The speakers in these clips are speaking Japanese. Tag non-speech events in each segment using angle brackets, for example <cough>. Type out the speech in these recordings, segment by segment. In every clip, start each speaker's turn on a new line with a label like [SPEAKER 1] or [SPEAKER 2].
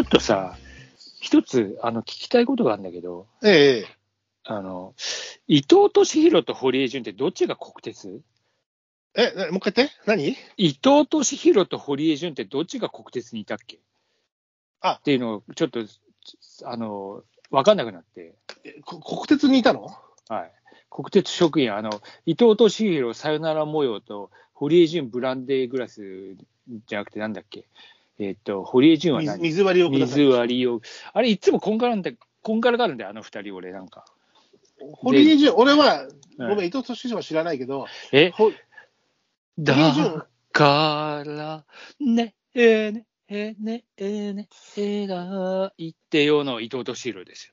[SPEAKER 1] っとさ、一つ、あの、聞きたいことがあるんだけど、
[SPEAKER 2] ええ。
[SPEAKER 1] あの、伊藤俊弘と堀江潤ってどっちが国鉄
[SPEAKER 2] え、なもう一回言って何
[SPEAKER 1] 伊藤俊弘と堀江潤ってどっちが国鉄にいたっけ
[SPEAKER 2] あ
[SPEAKER 1] っていうのを、ちょっと、あの、わかんなくなって、
[SPEAKER 2] えこ国鉄にいたの
[SPEAKER 1] はい。国鉄職員、あの、伊藤俊弘さよなら模様と、堀江潤ブランデーグラスじゃなくてなんだっけえっと、堀江潤は
[SPEAKER 2] 水
[SPEAKER 1] 何
[SPEAKER 2] 水割りをくださ
[SPEAKER 1] 水
[SPEAKER 2] い。
[SPEAKER 1] 割りを。あれ、いつもこんがらんで、こんがらがるんだよ、あの二人、俺なんか。
[SPEAKER 2] 堀江潤、俺は、
[SPEAKER 1] うん
[SPEAKER 2] ごめん、伊藤敏史は知らないけど、
[SPEAKER 1] え、
[SPEAKER 2] ほ
[SPEAKER 1] だ
[SPEAKER 2] 堀江潤、
[SPEAKER 1] から、ね、えーね、えーね、えーね、えーが、いってよの伊藤敏弘ですよ。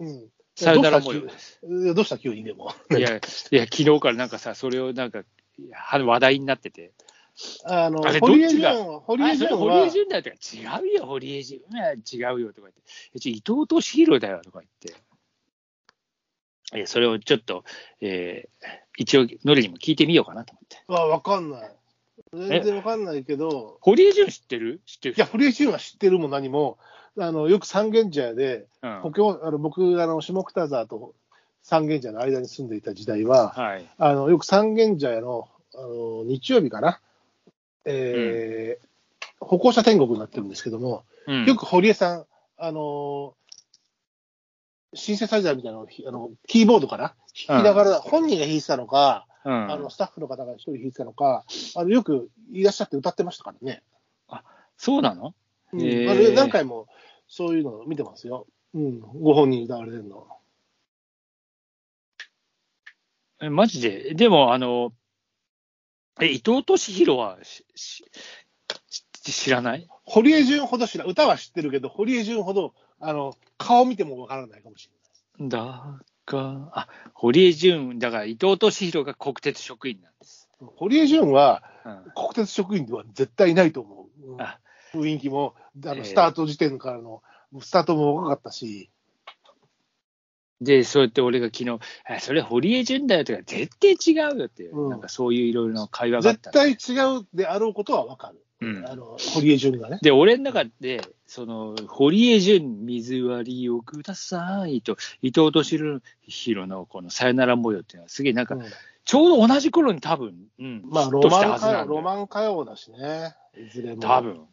[SPEAKER 2] うん。
[SPEAKER 1] さよなら模様です。
[SPEAKER 2] えどうした急にでも。
[SPEAKER 1] いや、いや、昨日からなんかさ、それをなんか、いや話題になってて。
[SPEAKER 2] あの
[SPEAKER 1] あれ、
[SPEAKER 2] 堀江
[SPEAKER 1] どっちが
[SPEAKER 2] 潤、堀江
[SPEAKER 1] あそれ
[SPEAKER 2] 潤
[SPEAKER 1] 堀
[SPEAKER 2] は
[SPEAKER 1] 江、潤だよとか、違うよ、堀江潤は違うよとか言って、えちょ伊藤敏弘だよとか言って、えそれをちょっと、えー一応、ノリにも聞いてみようかなと思って。
[SPEAKER 2] わわかんない。全然わかんないけど、
[SPEAKER 1] 堀江潤知ってる知ってる
[SPEAKER 2] いや、堀江潤は知ってるも何も、あのよく三軒茶屋で、
[SPEAKER 1] うん
[SPEAKER 2] 故郷あの僕あの、下北沢と三軒茶屋の間に住んでいた時代は、
[SPEAKER 1] はい。
[SPEAKER 2] あのよく三軒茶屋のあの日曜日かな、えー歩行者天国になってるんですけども、
[SPEAKER 1] うん
[SPEAKER 2] よく堀江さん、あのシンセサイザーみたいなのをひあのキーボードかな、弾きながら、本人が弾いてたのか、
[SPEAKER 1] うん
[SPEAKER 2] あのスタッフの方が一人弾いてたのか、あのよくいらっしゃって歌ってましたからね。
[SPEAKER 1] そうなの
[SPEAKER 2] うん
[SPEAKER 1] へー
[SPEAKER 2] あれ何回もそういうのを見てますよ。うん、ご本人歌われてるの。
[SPEAKER 1] えマジで。でも、あの、え、伊藤敏弘はししし知らない
[SPEAKER 2] 堀江潤ほど知らん、歌は知ってるけど、堀江潤ほど、あの、顔見てもわからないかもしれ
[SPEAKER 1] だか、あ、堀江潤、だから伊藤敏弘が国鉄職員なんです。
[SPEAKER 2] ない。堀江潤は
[SPEAKER 1] うん
[SPEAKER 2] 国鉄職員では絶対いないと思う。うん
[SPEAKER 1] あ
[SPEAKER 2] 雰囲気も、あ
[SPEAKER 1] えー
[SPEAKER 2] の、スタート時点からの、スタートも若かったし、
[SPEAKER 1] で、そうやって俺が昨日、あそれ堀江潤だよとか、絶対違うよっていう、
[SPEAKER 2] うん
[SPEAKER 1] なんかそういういろいろな会話があっ
[SPEAKER 2] 絶
[SPEAKER 1] たの。
[SPEAKER 2] 対違うであろうことはわかる。
[SPEAKER 1] うん
[SPEAKER 2] あの、堀江潤がね。
[SPEAKER 1] で、俺の中で、その、堀江潤、水割りをくださいと、伊藤敏弘のこのさよなら模様っていうのは、すげえなんか、
[SPEAKER 2] うん
[SPEAKER 1] ちょうど同じ頃に多分、うん、
[SPEAKER 2] まあ、
[SPEAKER 1] ヒッ
[SPEAKER 2] ロ
[SPEAKER 1] トし
[SPEAKER 2] マ
[SPEAKER 1] た
[SPEAKER 2] ン
[SPEAKER 1] はず
[SPEAKER 2] 歌
[SPEAKER 1] な
[SPEAKER 2] 謡、
[SPEAKER 1] んだ
[SPEAKER 2] ロ
[SPEAKER 1] よ
[SPEAKER 2] マン歌謡だしね。いずれも。
[SPEAKER 1] 多。分。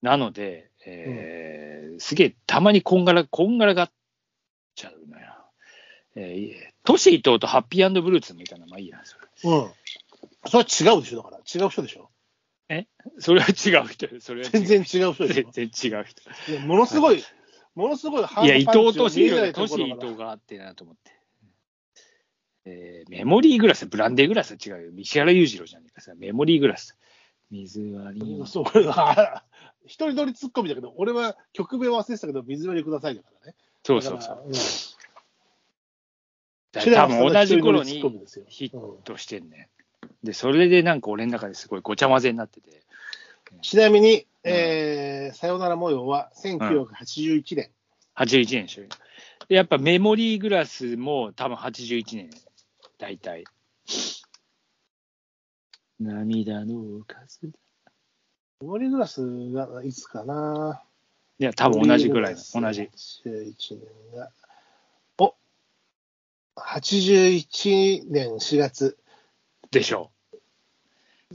[SPEAKER 1] なので、えーすげえ、たまにこんがら、こんがらがっちゃうのよ。えーいえ、トシ伊藤とハッピーブルーツみたいな、まあいいや、それ。
[SPEAKER 2] うん。それは違うでしょ、だから。違う人でしょ。
[SPEAKER 1] それは違う人、それは違う
[SPEAKER 2] 全然違う人でし
[SPEAKER 1] 全
[SPEAKER 2] ょ。
[SPEAKER 1] 然違う人。
[SPEAKER 2] いやものすごい、ものすごいハ
[SPEAKER 1] いや、伊
[SPEAKER 2] ンドパン
[SPEAKER 1] 藤
[SPEAKER 2] チを
[SPEAKER 1] 敏
[SPEAKER 2] 見えな
[SPEAKER 1] 弘
[SPEAKER 2] い
[SPEAKER 1] と
[SPEAKER 2] と
[SPEAKER 1] し
[SPEAKER 2] ころ
[SPEAKER 1] 伊
[SPEAKER 2] から
[SPEAKER 1] 藤があってなと思って。えーメモリーグラス、ブランデーグラスは違うよ。石原裕次郎じゃねえかさ、メモリーグラス。水割りを
[SPEAKER 2] そうこれは一人乗りツッコミだけど、俺は曲名を忘れてたけど、水割りくださいだからね。
[SPEAKER 1] そうそうそう。
[SPEAKER 2] う。
[SPEAKER 1] だから多分同じ頃
[SPEAKER 2] 白山さんの一人乗りツッコミ
[SPEAKER 1] に
[SPEAKER 2] ですよ
[SPEAKER 1] ヒ
[SPEAKER 2] う
[SPEAKER 1] ッ
[SPEAKER 2] ん
[SPEAKER 1] トしてんね。で、それでなんか俺の中ですごいごちゃ混ぜになってて。
[SPEAKER 2] ちなみに、えーさよなら模様は1981年。
[SPEAKER 1] 81年でしょ。でやっぱメモリーグラスも多分81年、大体。涙の数
[SPEAKER 2] メモリーグラスがいつかな。
[SPEAKER 1] いや、多分同じぐらい、
[SPEAKER 2] メモ
[SPEAKER 1] 同
[SPEAKER 2] リー
[SPEAKER 1] じ
[SPEAKER 2] グ。ラス81年が。お81年4月。
[SPEAKER 1] でしょう。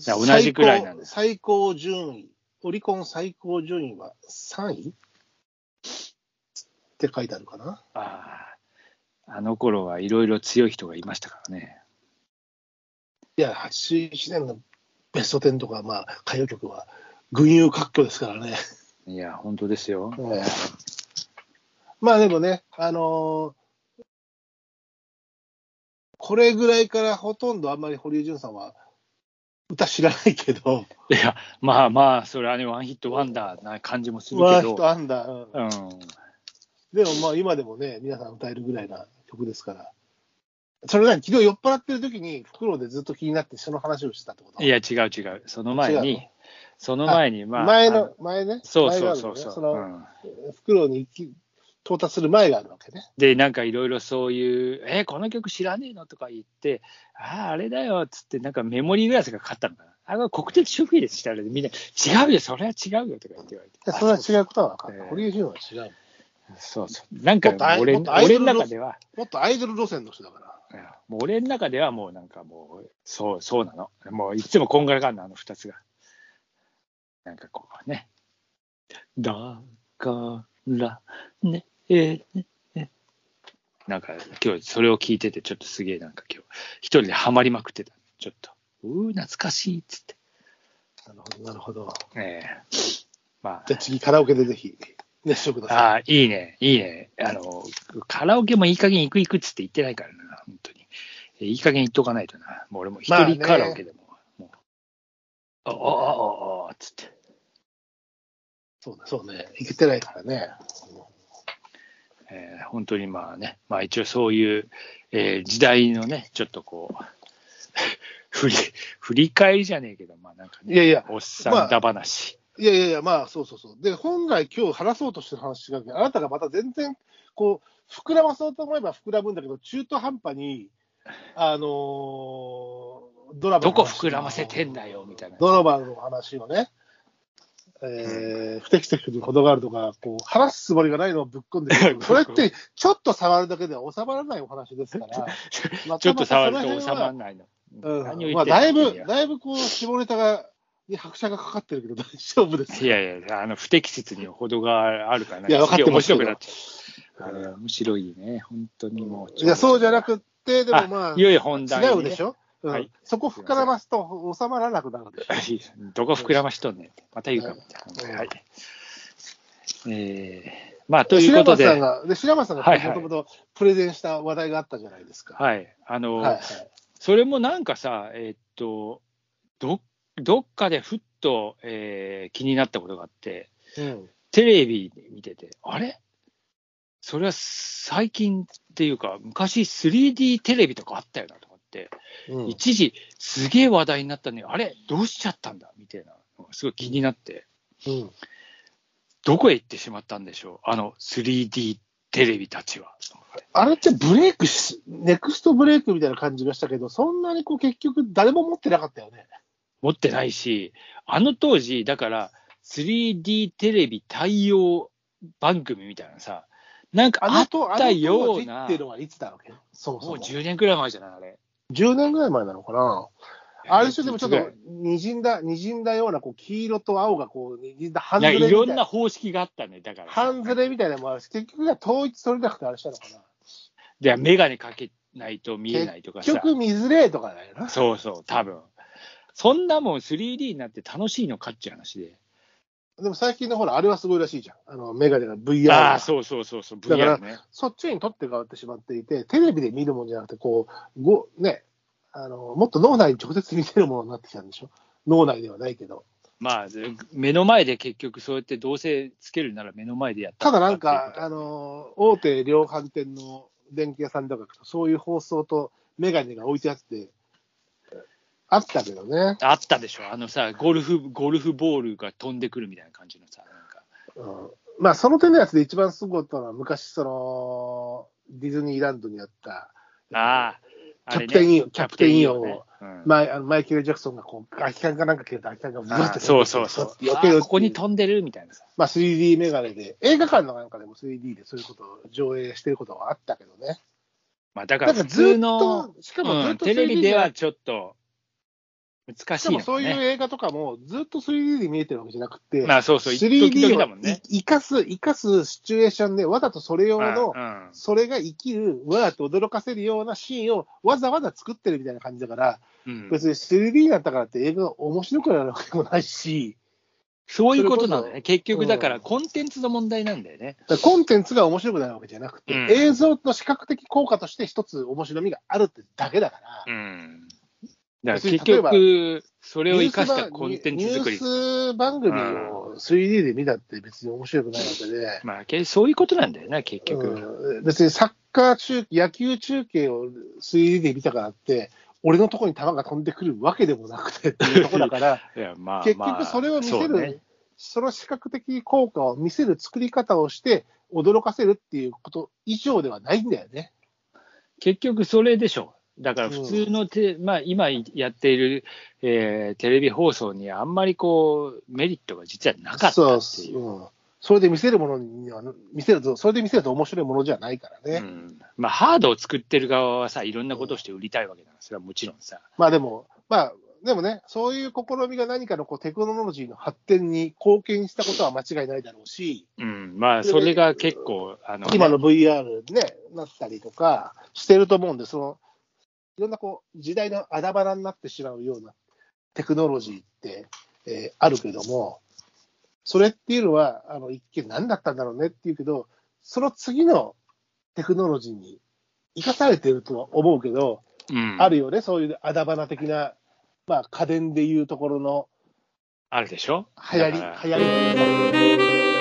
[SPEAKER 1] だから同じくらいなんです。
[SPEAKER 2] 最高最高順位、オリコン最高順位は3位って書いてあるかな。
[SPEAKER 1] ああ、あの頃はいろいろ強い人がいましたからね。
[SPEAKER 2] いや、81年のベスト10とか、まあ、歌謡曲は群雄割拠ですからね。
[SPEAKER 1] いや、本当ですよ。
[SPEAKER 2] ええまあでもね、あのーこれぐらいからほとんどあんまり堀江潤さんは歌知らないけど、
[SPEAKER 1] いや、まあまあ、それはね、ワンヒットワンダーな感じもする
[SPEAKER 2] ワ
[SPEAKER 1] け
[SPEAKER 2] ンヒッ
[SPEAKER 1] ど。
[SPEAKER 2] トアンダー、うん
[SPEAKER 1] うん。
[SPEAKER 2] でもまあ今でもね、皆さん歌えるぐらいな曲ですから。それなに昨日酔っ払ってる時に、フクロウでずっと気になって、その話をしてたってこと
[SPEAKER 1] いや、違う違う。その前
[SPEAKER 2] 違う
[SPEAKER 1] に、その前に、まあ。
[SPEAKER 2] 前
[SPEAKER 1] あ
[SPEAKER 2] の、前ね。
[SPEAKER 1] そう
[SPEAKER 2] 前が
[SPEAKER 1] そ
[SPEAKER 2] あ
[SPEAKER 1] うそう
[SPEAKER 2] るのね
[SPEAKER 1] そう、
[SPEAKER 2] その、
[SPEAKER 1] うん
[SPEAKER 2] フクロウに行き到達する前があるわけね。
[SPEAKER 1] で、なんかいろいろそういう、えこの曲知らねえのとか言って、ああ、あれだよっつって、なんかメモリーグラスが勝ったのかな。あの国鉄職員でしたらみんな、違うよ、それは違うよとか言って言われて。
[SPEAKER 2] それは違うことは分かる
[SPEAKER 1] えー。
[SPEAKER 2] 堀江純は違う。
[SPEAKER 1] そうそう。なんか
[SPEAKER 2] もっとアイ
[SPEAKER 1] 俺、
[SPEAKER 2] もっとアイ
[SPEAKER 1] 俺
[SPEAKER 2] ドル
[SPEAKER 1] の
[SPEAKER 2] の
[SPEAKER 1] 中では、
[SPEAKER 2] もっとアイドル路線の人だから。
[SPEAKER 1] うんもう俺の中ではもうなんかもう、そう、そうなの。もういつもこんがらがんの、あの二つが。なんかこうね。だから、ね、えーね、えーなんか今日それを聞いてて、ちょっとすげえなんか今日、一人でハマりまくってた。ちょっと、うー、懐かしいっつって。
[SPEAKER 2] なるほど、なるほど。
[SPEAKER 1] ええま
[SPEAKER 2] じゃあ次、カラオケでぜひ、熱唱くだ
[SPEAKER 1] あ、
[SPEAKER 2] さ
[SPEAKER 1] ああ、いいね、いいね。あの、カラオケもいい加減行く行くっつって言ってないからな、本当に。えいい加減行っとかないとな。もう俺も一
[SPEAKER 2] まあね
[SPEAKER 1] 人カラオケでも、もう、ああ、ああ、ああ、つって。
[SPEAKER 2] い。そうね、そうね。行けてないからね。
[SPEAKER 1] えー本当にまあね、まあ一応そういう、えー時代のね、ちょっとこう、 <laughs> 振り、振り返りじゃねえけど、まあなんかね、
[SPEAKER 2] いやいや、
[SPEAKER 1] おっさんだ話。
[SPEAKER 2] いやいやいや、まあ、そうそうそう。で、本来今日話そうとしてる話違うけど、あなたがまた全然、こう、膨らまそうと思えば膨らむんだけど、中途半端に、あのードラマ
[SPEAKER 1] どこ膨らませてんだよみたいな
[SPEAKER 2] ドラマの話をね、えー、不適切に程があるとか、こう、話すつもりがないのをぶっ込ん
[SPEAKER 1] <laughs>
[SPEAKER 2] でくるそれって、ちょっと触るだけでは収まらないお話ですから、
[SPEAKER 1] <laughs>
[SPEAKER 2] ま
[SPEAKER 1] ちょ
[SPEAKER 2] た
[SPEAKER 1] っと触る
[SPEAKER 2] またその辺は
[SPEAKER 1] と収まらないの。
[SPEAKER 2] うん、
[SPEAKER 1] ん
[SPEAKER 2] まあ、
[SPEAKER 1] の
[SPEAKER 2] だいぶ
[SPEAKER 1] 君、は
[SPEAKER 2] だいぶこう、下ネタが、に拍車がかかってるけど、大丈夫です
[SPEAKER 1] いやいや、あの不適切に程があるから、
[SPEAKER 2] いや
[SPEAKER 1] なんかすげえ
[SPEAKER 2] 分かっ
[SPEAKER 1] 面
[SPEAKER 2] てますけ
[SPEAKER 1] 白
[SPEAKER 2] ど
[SPEAKER 1] くなっちゃう。あれ面白いね、本当にもう。
[SPEAKER 2] いや、そうじゃなくって、で
[SPEAKER 1] あ
[SPEAKER 2] もまあ、
[SPEAKER 1] いよいよ本題にね
[SPEAKER 2] 違うでしょ、うん
[SPEAKER 1] はい
[SPEAKER 2] そこ膨らますと収まらなくなるでしょ。
[SPEAKER 1] どこ膨らましとんねんってまた言うかみたいな。はい。えー、ま <laughs> あ、ということ
[SPEAKER 2] 白松さん
[SPEAKER 1] で、
[SPEAKER 2] が、で白松さん
[SPEAKER 1] はいは
[SPEAKER 2] が
[SPEAKER 1] い
[SPEAKER 2] もともとプレゼンした話題があったじゃないですか。
[SPEAKER 1] はい。あの、
[SPEAKER 2] はいはい
[SPEAKER 1] それもなんかさ、えーっと、ど、どっかでふっと、えー気になったことがあって、
[SPEAKER 2] うん
[SPEAKER 1] テレビ見てて、あれそれは最近っていうか、昔 3D テレビとかあったよなと思って、
[SPEAKER 2] うん
[SPEAKER 1] 一時すげえ話題になったのに、あれどうしちゃったんだみたいなのがすごい気になって、
[SPEAKER 2] うん
[SPEAKER 1] どこへ行ってしまったんでしょうあの 3D テレビたちは。
[SPEAKER 2] あれってブレイクし、ネクストブレイクみたいな感じがしたけど、そんなにこう結局誰も持ってなかったよね。
[SPEAKER 1] 持ってないし、あの当時、だから 3D テレビ対応番組みたいなさ、なんか
[SPEAKER 2] あ
[SPEAKER 1] あ
[SPEAKER 2] の
[SPEAKER 1] っ
[SPEAKER 2] と、あ
[SPEAKER 1] た
[SPEAKER 2] の
[SPEAKER 1] よ
[SPEAKER 2] 当
[SPEAKER 1] う
[SPEAKER 2] 時
[SPEAKER 1] な、
[SPEAKER 2] っていうのはいつだろうけそもそ
[SPEAKER 1] もう
[SPEAKER 2] も。
[SPEAKER 1] 10年くらい前じゃないあれ。
[SPEAKER 2] 10年ぐらい前なのかな。あれでしょ、でもちょっ
[SPEAKER 1] いや
[SPEAKER 2] と、にじんだ、にじんだような、こう、黄色と青が、こう、にじんだ半
[SPEAKER 1] な
[SPEAKER 2] ズ
[SPEAKER 1] ん
[SPEAKER 2] レ
[SPEAKER 1] か
[SPEAKER 2] み
[SPEAKER 1] いろん
[SPEAKER 2] たい
[SPEAKER 1] な
[SPEAKER 2] な。
[SPEAKER 1] 方式があったね、だから。
[SPEAKER 2] 半ズレみたいなのもあるし、結局は統一取れなくてあれしたのかな。
[SPEAKER 1] で、眼鏡かけないと見えないとかさ
[SPEAKER 2] 結。局、見ずれとかだよな。
[SPEAKER 1] そうそう、多分そんなもん 3D になって楽しいのかっていう話で。
[SPEAKER 2] でも最近のほら、あれはすごいらしいじゃん。あの、メガネが VR
[SPEAKER 1] あ
[SPEAKER 2] が
[SPEAKER 1] あ、そうそうそうそう、
[SPEAKER 2] だから
[SPEAKER 1] VR ね。
[SPEAKER 2] そっちに取って変わってしまっていて、テレビで見るもんじゃなくて、こう、ご、ね、あの、もっと脳内に直接見てるものになってきたんでしょ脳内ではないけど。
[SPEAKER 1] まあ、で目の前で結局そうやってどうせつけるなら目の前でやった
[SPEAKER 2] た
[SPEAKER 1] 方
[SPEAKER 2] だ
[SPEAKER 1] が
[SPEAKER 2] なんか、あの、大手量販店の電気屋さんとか、そういう放送とメガネが置いてあって、あったけどね。
[SPEAKER 1] あったでしょ、あのさ、ゴルフ、ゴルフボールが飛んでくるみたいな感じのさ、なんか。
[SPEAKER 2] うん、まあ、その手のやつで一番すごかったのは、昔、その、ディズニーランドにあった、
[SPEAKER 1] ああ、あれね
[SPEAKER 2] キャプテンインキャプテンインを
[SPEAKER 1] キャプテねうん
[SPEAKER 2] マイあのマイケル・ジャクソンがこう、空き缶かなんか切れて、空き缶がブワ
[SPEAKER 1] あ
[SPEAKER 2] ッ
[SPEAKER 1] あ
[SPEAKER 2] て、
[SPEAKER 1] そうそうそう。
[SPEAKER 2] 避
[SPEAKER 1] あ
[SPEAKER 2] けるってい
[SPEAKER 1] あ
[SPEAKER 2] う
[SPEAKER 1] ここに飛んでるみたいなさ。
[SPEAKER 2] まあ、3D メガネで、映画館のなんかでも 3D でそういうことを上映してることはあったけどね。
[SPEAKER 1] まあ、だか
[SPEAKER 2] な
[SPEAKER 1] ら
[SPEAKER 2] んか
[SPEAKER 1] 普
[SPEAKER 2] ず
[SPEAKER 1] 通
[SPEAKER 2] っ
[SPEAKER 1] の、
[SPEAKER 2] と、しかもず
[SPEAKER 1] う
[SPEAKER 2] っ
[SPEAKER 1] ん
[SPEAKER 2] と
[SPEAKER 1] テレ
[SPEAKER 2] 3D
[SPEAKER 1] ビ
[SPEAKER 2] じ
[SPEAKER 1] で
[SPEAKER 2] ゃなくて
[SPEAKER 1] はちょっと難
[SPEAKER 2] し
[SPEAKER 1] し
[SPEAKER 2] か
[SPEAKER 1] いの
[SPEAKER 2] も
[SPEAKER 1] ね。
[SPEAKER 2] そういう映画とかもずっと 3D で見えてるわけじゃなくて、
[SPEAKER 1] まあそうそう、一時
[SPEAKER 2] 3D
[SPEAKER 1] 々だ
[SPEAKER 2] を
[SPEAKER 1] もんね。
[SPEAKER 2] 生かす、生かすシチュエーションで、わざとそれ用の
[SPEAKER 1] う、んうん
[SPEAKER 2] それが生きる、わざと驚かせるようなシーンをわざわざ作ってるみたいな感じだから、
[SPEAKER 1] うん
[SPEAKER 2] 別に 3D だったからって映画が面白くなるわけでもないし、
[SPEAKER 1] そういうことなんだよ
[SPEAKER 2] そ
[SPEAKER 1] ね。結局だか
[SPEAKER 2] う
[SPEAKER 1] ら
[SPEAKER 2] ん
[SPEAKER 1] コンテンツの問題なんだよね。
[SPEAKER 2] だからコンテンツが面白くなるわけじゃなくて、
[SPEAKER 1] うん
[SPEAKER 2] 映像の視覚的効果として一つ面白みがあるってだけだから、
[SPEAKER 1] うん。だから
[SPEAKER 2] 別に
[SPEAKER 1] 結
[SPEAKER 2] 例えば
[SPEAKER 1] 局、それを
[SPEAKER 2] ニュ
[SPEAKER 1] 生
[SPEAKER 2] ー
[SPEAKER 1] か
[SPEAKER 2] ス
[SPEAKER 1] した
[SPEAKER 2] ば
[SPEAKER 1] コンテンツ作り
[SPEAKER 2] ニ。ュース番組を 3D で見たって別に面白くないわけで、
[SPEAKER 1] まあ、けそういうことなんだよな、結局。
[SPEAKER 2] うん、別にサッカー中、野球中継を 3D で見たからって、俺のところに球が飛んでくるわけでもなくてっていうところだから、
[SPEAKER 1] いや <laughs> まあ、
[SPEAKER 2] 結
[SPEAKER 1] まあ
[SPEAKER 2] 局それを見せる、
[SPEAKER 1] そうね
[SPEAKER 2] その視覚的効果を見せる作り方をして、驚かせるっていうこと以上ではないんだよね。
[SPEAKER 1] 結局それでしょ。だから普通のて、まあ、今やっている、えーテレビ放送にあんまりこうメリットが実はなかった
[SPEAKER 2] そう
[SPEAKER 1] っていう。
[SPEAKER 2] うんそれで見せるものには、見せると、それで見せると面白いものじゃないからね。
[SPEAKER 1] うんまあ、ハードを作ってる側はさ、いろんなことをして売りたいわけだから、それはもちろんさ、
[SPEAKER 2] まあでも、まあ、でもね、そういう試みが何かのこうテクノロジーの発展に貢献したことは間違いないだろうし、
[SPEAKER 1] うんまあ、それが結構、あの
[SPEAKER 2] 今の VR ね、なったりとかしてると思うんで、その、いろんなこう、時代のあだばらになってしまうようなテクノロジーって、えーあるけども、それっていうのは、あの、一見何だったんだろうねっていうけど、その次のテクノロジーに生かされてるとは思うけど、
[SPEAKER 1] うん、
[SPEAKER 2] あるよね、そういうあだばな的な、まあ、家電でいうところの
[SPEAKER 1] あるでしょ
[SPEAKER 2] 流行り、
[SPEAKER 1] だから
[SPEAKER 2] 流行り。